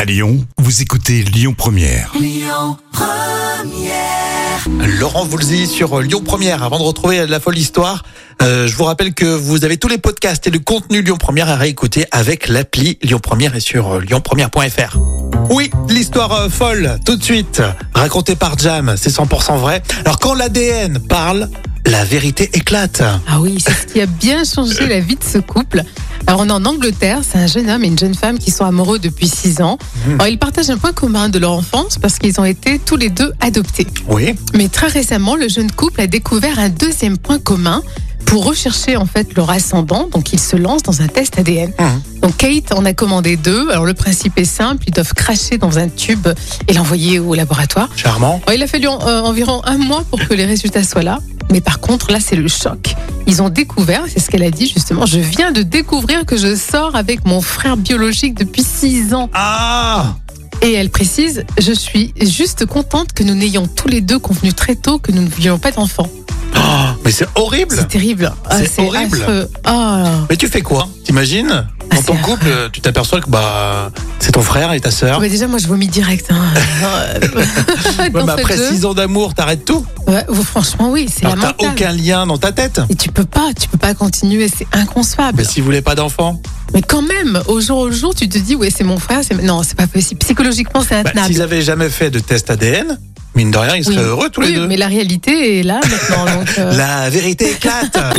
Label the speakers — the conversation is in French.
Speaker 1: À Lyon, vous écoutez Lyon Première.
Speaker 2: Laurent Voulzy sur euh, Lyon Première. Avant de retrouver la folle histoire, euh, je vous rappelle que vous avez tous les podcasts et le contenu Lyon Première à réécouter avec l'appli Lyon Première et sur euh, lyonpremière.fr. Oui, l'histoire euh, folle, tout de suite, racontée par Jam, c'est 100% vrai. Alors quand l'ADN parle, la vérité éclate.
Speaker 3: Ah oui, c'est ce qui a bien changé la vie de ce couple. Alors on est en Angleterre, c'est un jeune homme et une jeune femme qui sont amoureux depuis 6 ans.
Speaker 2: Mhm.
Speaker 3: Alors ils partagent un point commun de leur enfance parce qu'ils ont été tous les deux adoptés.
Speaker 2: Oui.
Speaker 3: Mais très récemment, le jeune couple a découvert un deuxième point commun pour rechercher en fait leur ascendant. Donc ils se lancent dans un test ADN.
Speaker 2: Mhm.
Speaker 3: Donc Kate en a commandé deux. Alors le principe est simple, ils doivent cracher dans un tube et l'envoyer au laboratoire.
Speaker 2: Charmant.
Speaker 3: Alors, il a fallu en- euh, environ un mois pour que les résultats soient là. Mais par contre, là, c'est le choc. Ils ont découvert, c'est ce qu'elle a dit justement, je viens de découvrir que je sors avec mon frère biologique depuis 6 ans.
Speaker 2: Ah
Speaker 3: Et elle précise, je suis juste contente que nous n'ayons tous les deux convenu très tôt que nous ne voulions pas d'enfants.
Speaker 2: Ah, Mais c'est horrible.
Speaker 3: C'est terrible. Ah,
Speaker 2: C'est horrible.
Speaker 3: affreux. Ah.
Speaker 2: Mais tu fais quoi T'imagines Dans ton
Speaker 3: c'est-
Speaker 2: couple, tu t'aperçois que bah c'est ton frère et ta sœur.
Speaker 3: Mais déjà, moi, je vomis direct. hein. Dans
Speaker 2: Ouais, mais
Speaker 3: ce
Speaker 2: après
Speaker 3: jeu.
Speaker 2: 6 ans d'amour, t'arrêtes tout.
Speaker 3: Ouais, vous, franchement, oui, c'est
Speaker 2: Alors, T'as
Speaker 3: lamentable.
Speaker 2: aucun lien dans ta tête.
Speaker 3: Et tu peux pas, tu peux pas continuer, c'est inconcevable.
Speaker 2: Mais si vous voulez pas d'enfant,
Speaker 3: Mais quand même, au jour au jour, tu te dis, ouais, c'est mon frère, c'est... non, c'est pas possible. Psychologiquement, c'est
Speaker 2: bah,
Speaker 3: intenable.
Speaker 2: s'ils avaient jamais fait de test ADN, mine de rien, ils seraient
Speaker 3: Oui.
Speaker 2: heureux tous les
Speaker 3: oui,
Speaker 2: deux.
Speaker 3: mais la réalité est là maintenant. donc, euh,
Speaker 2: La vérité éclate.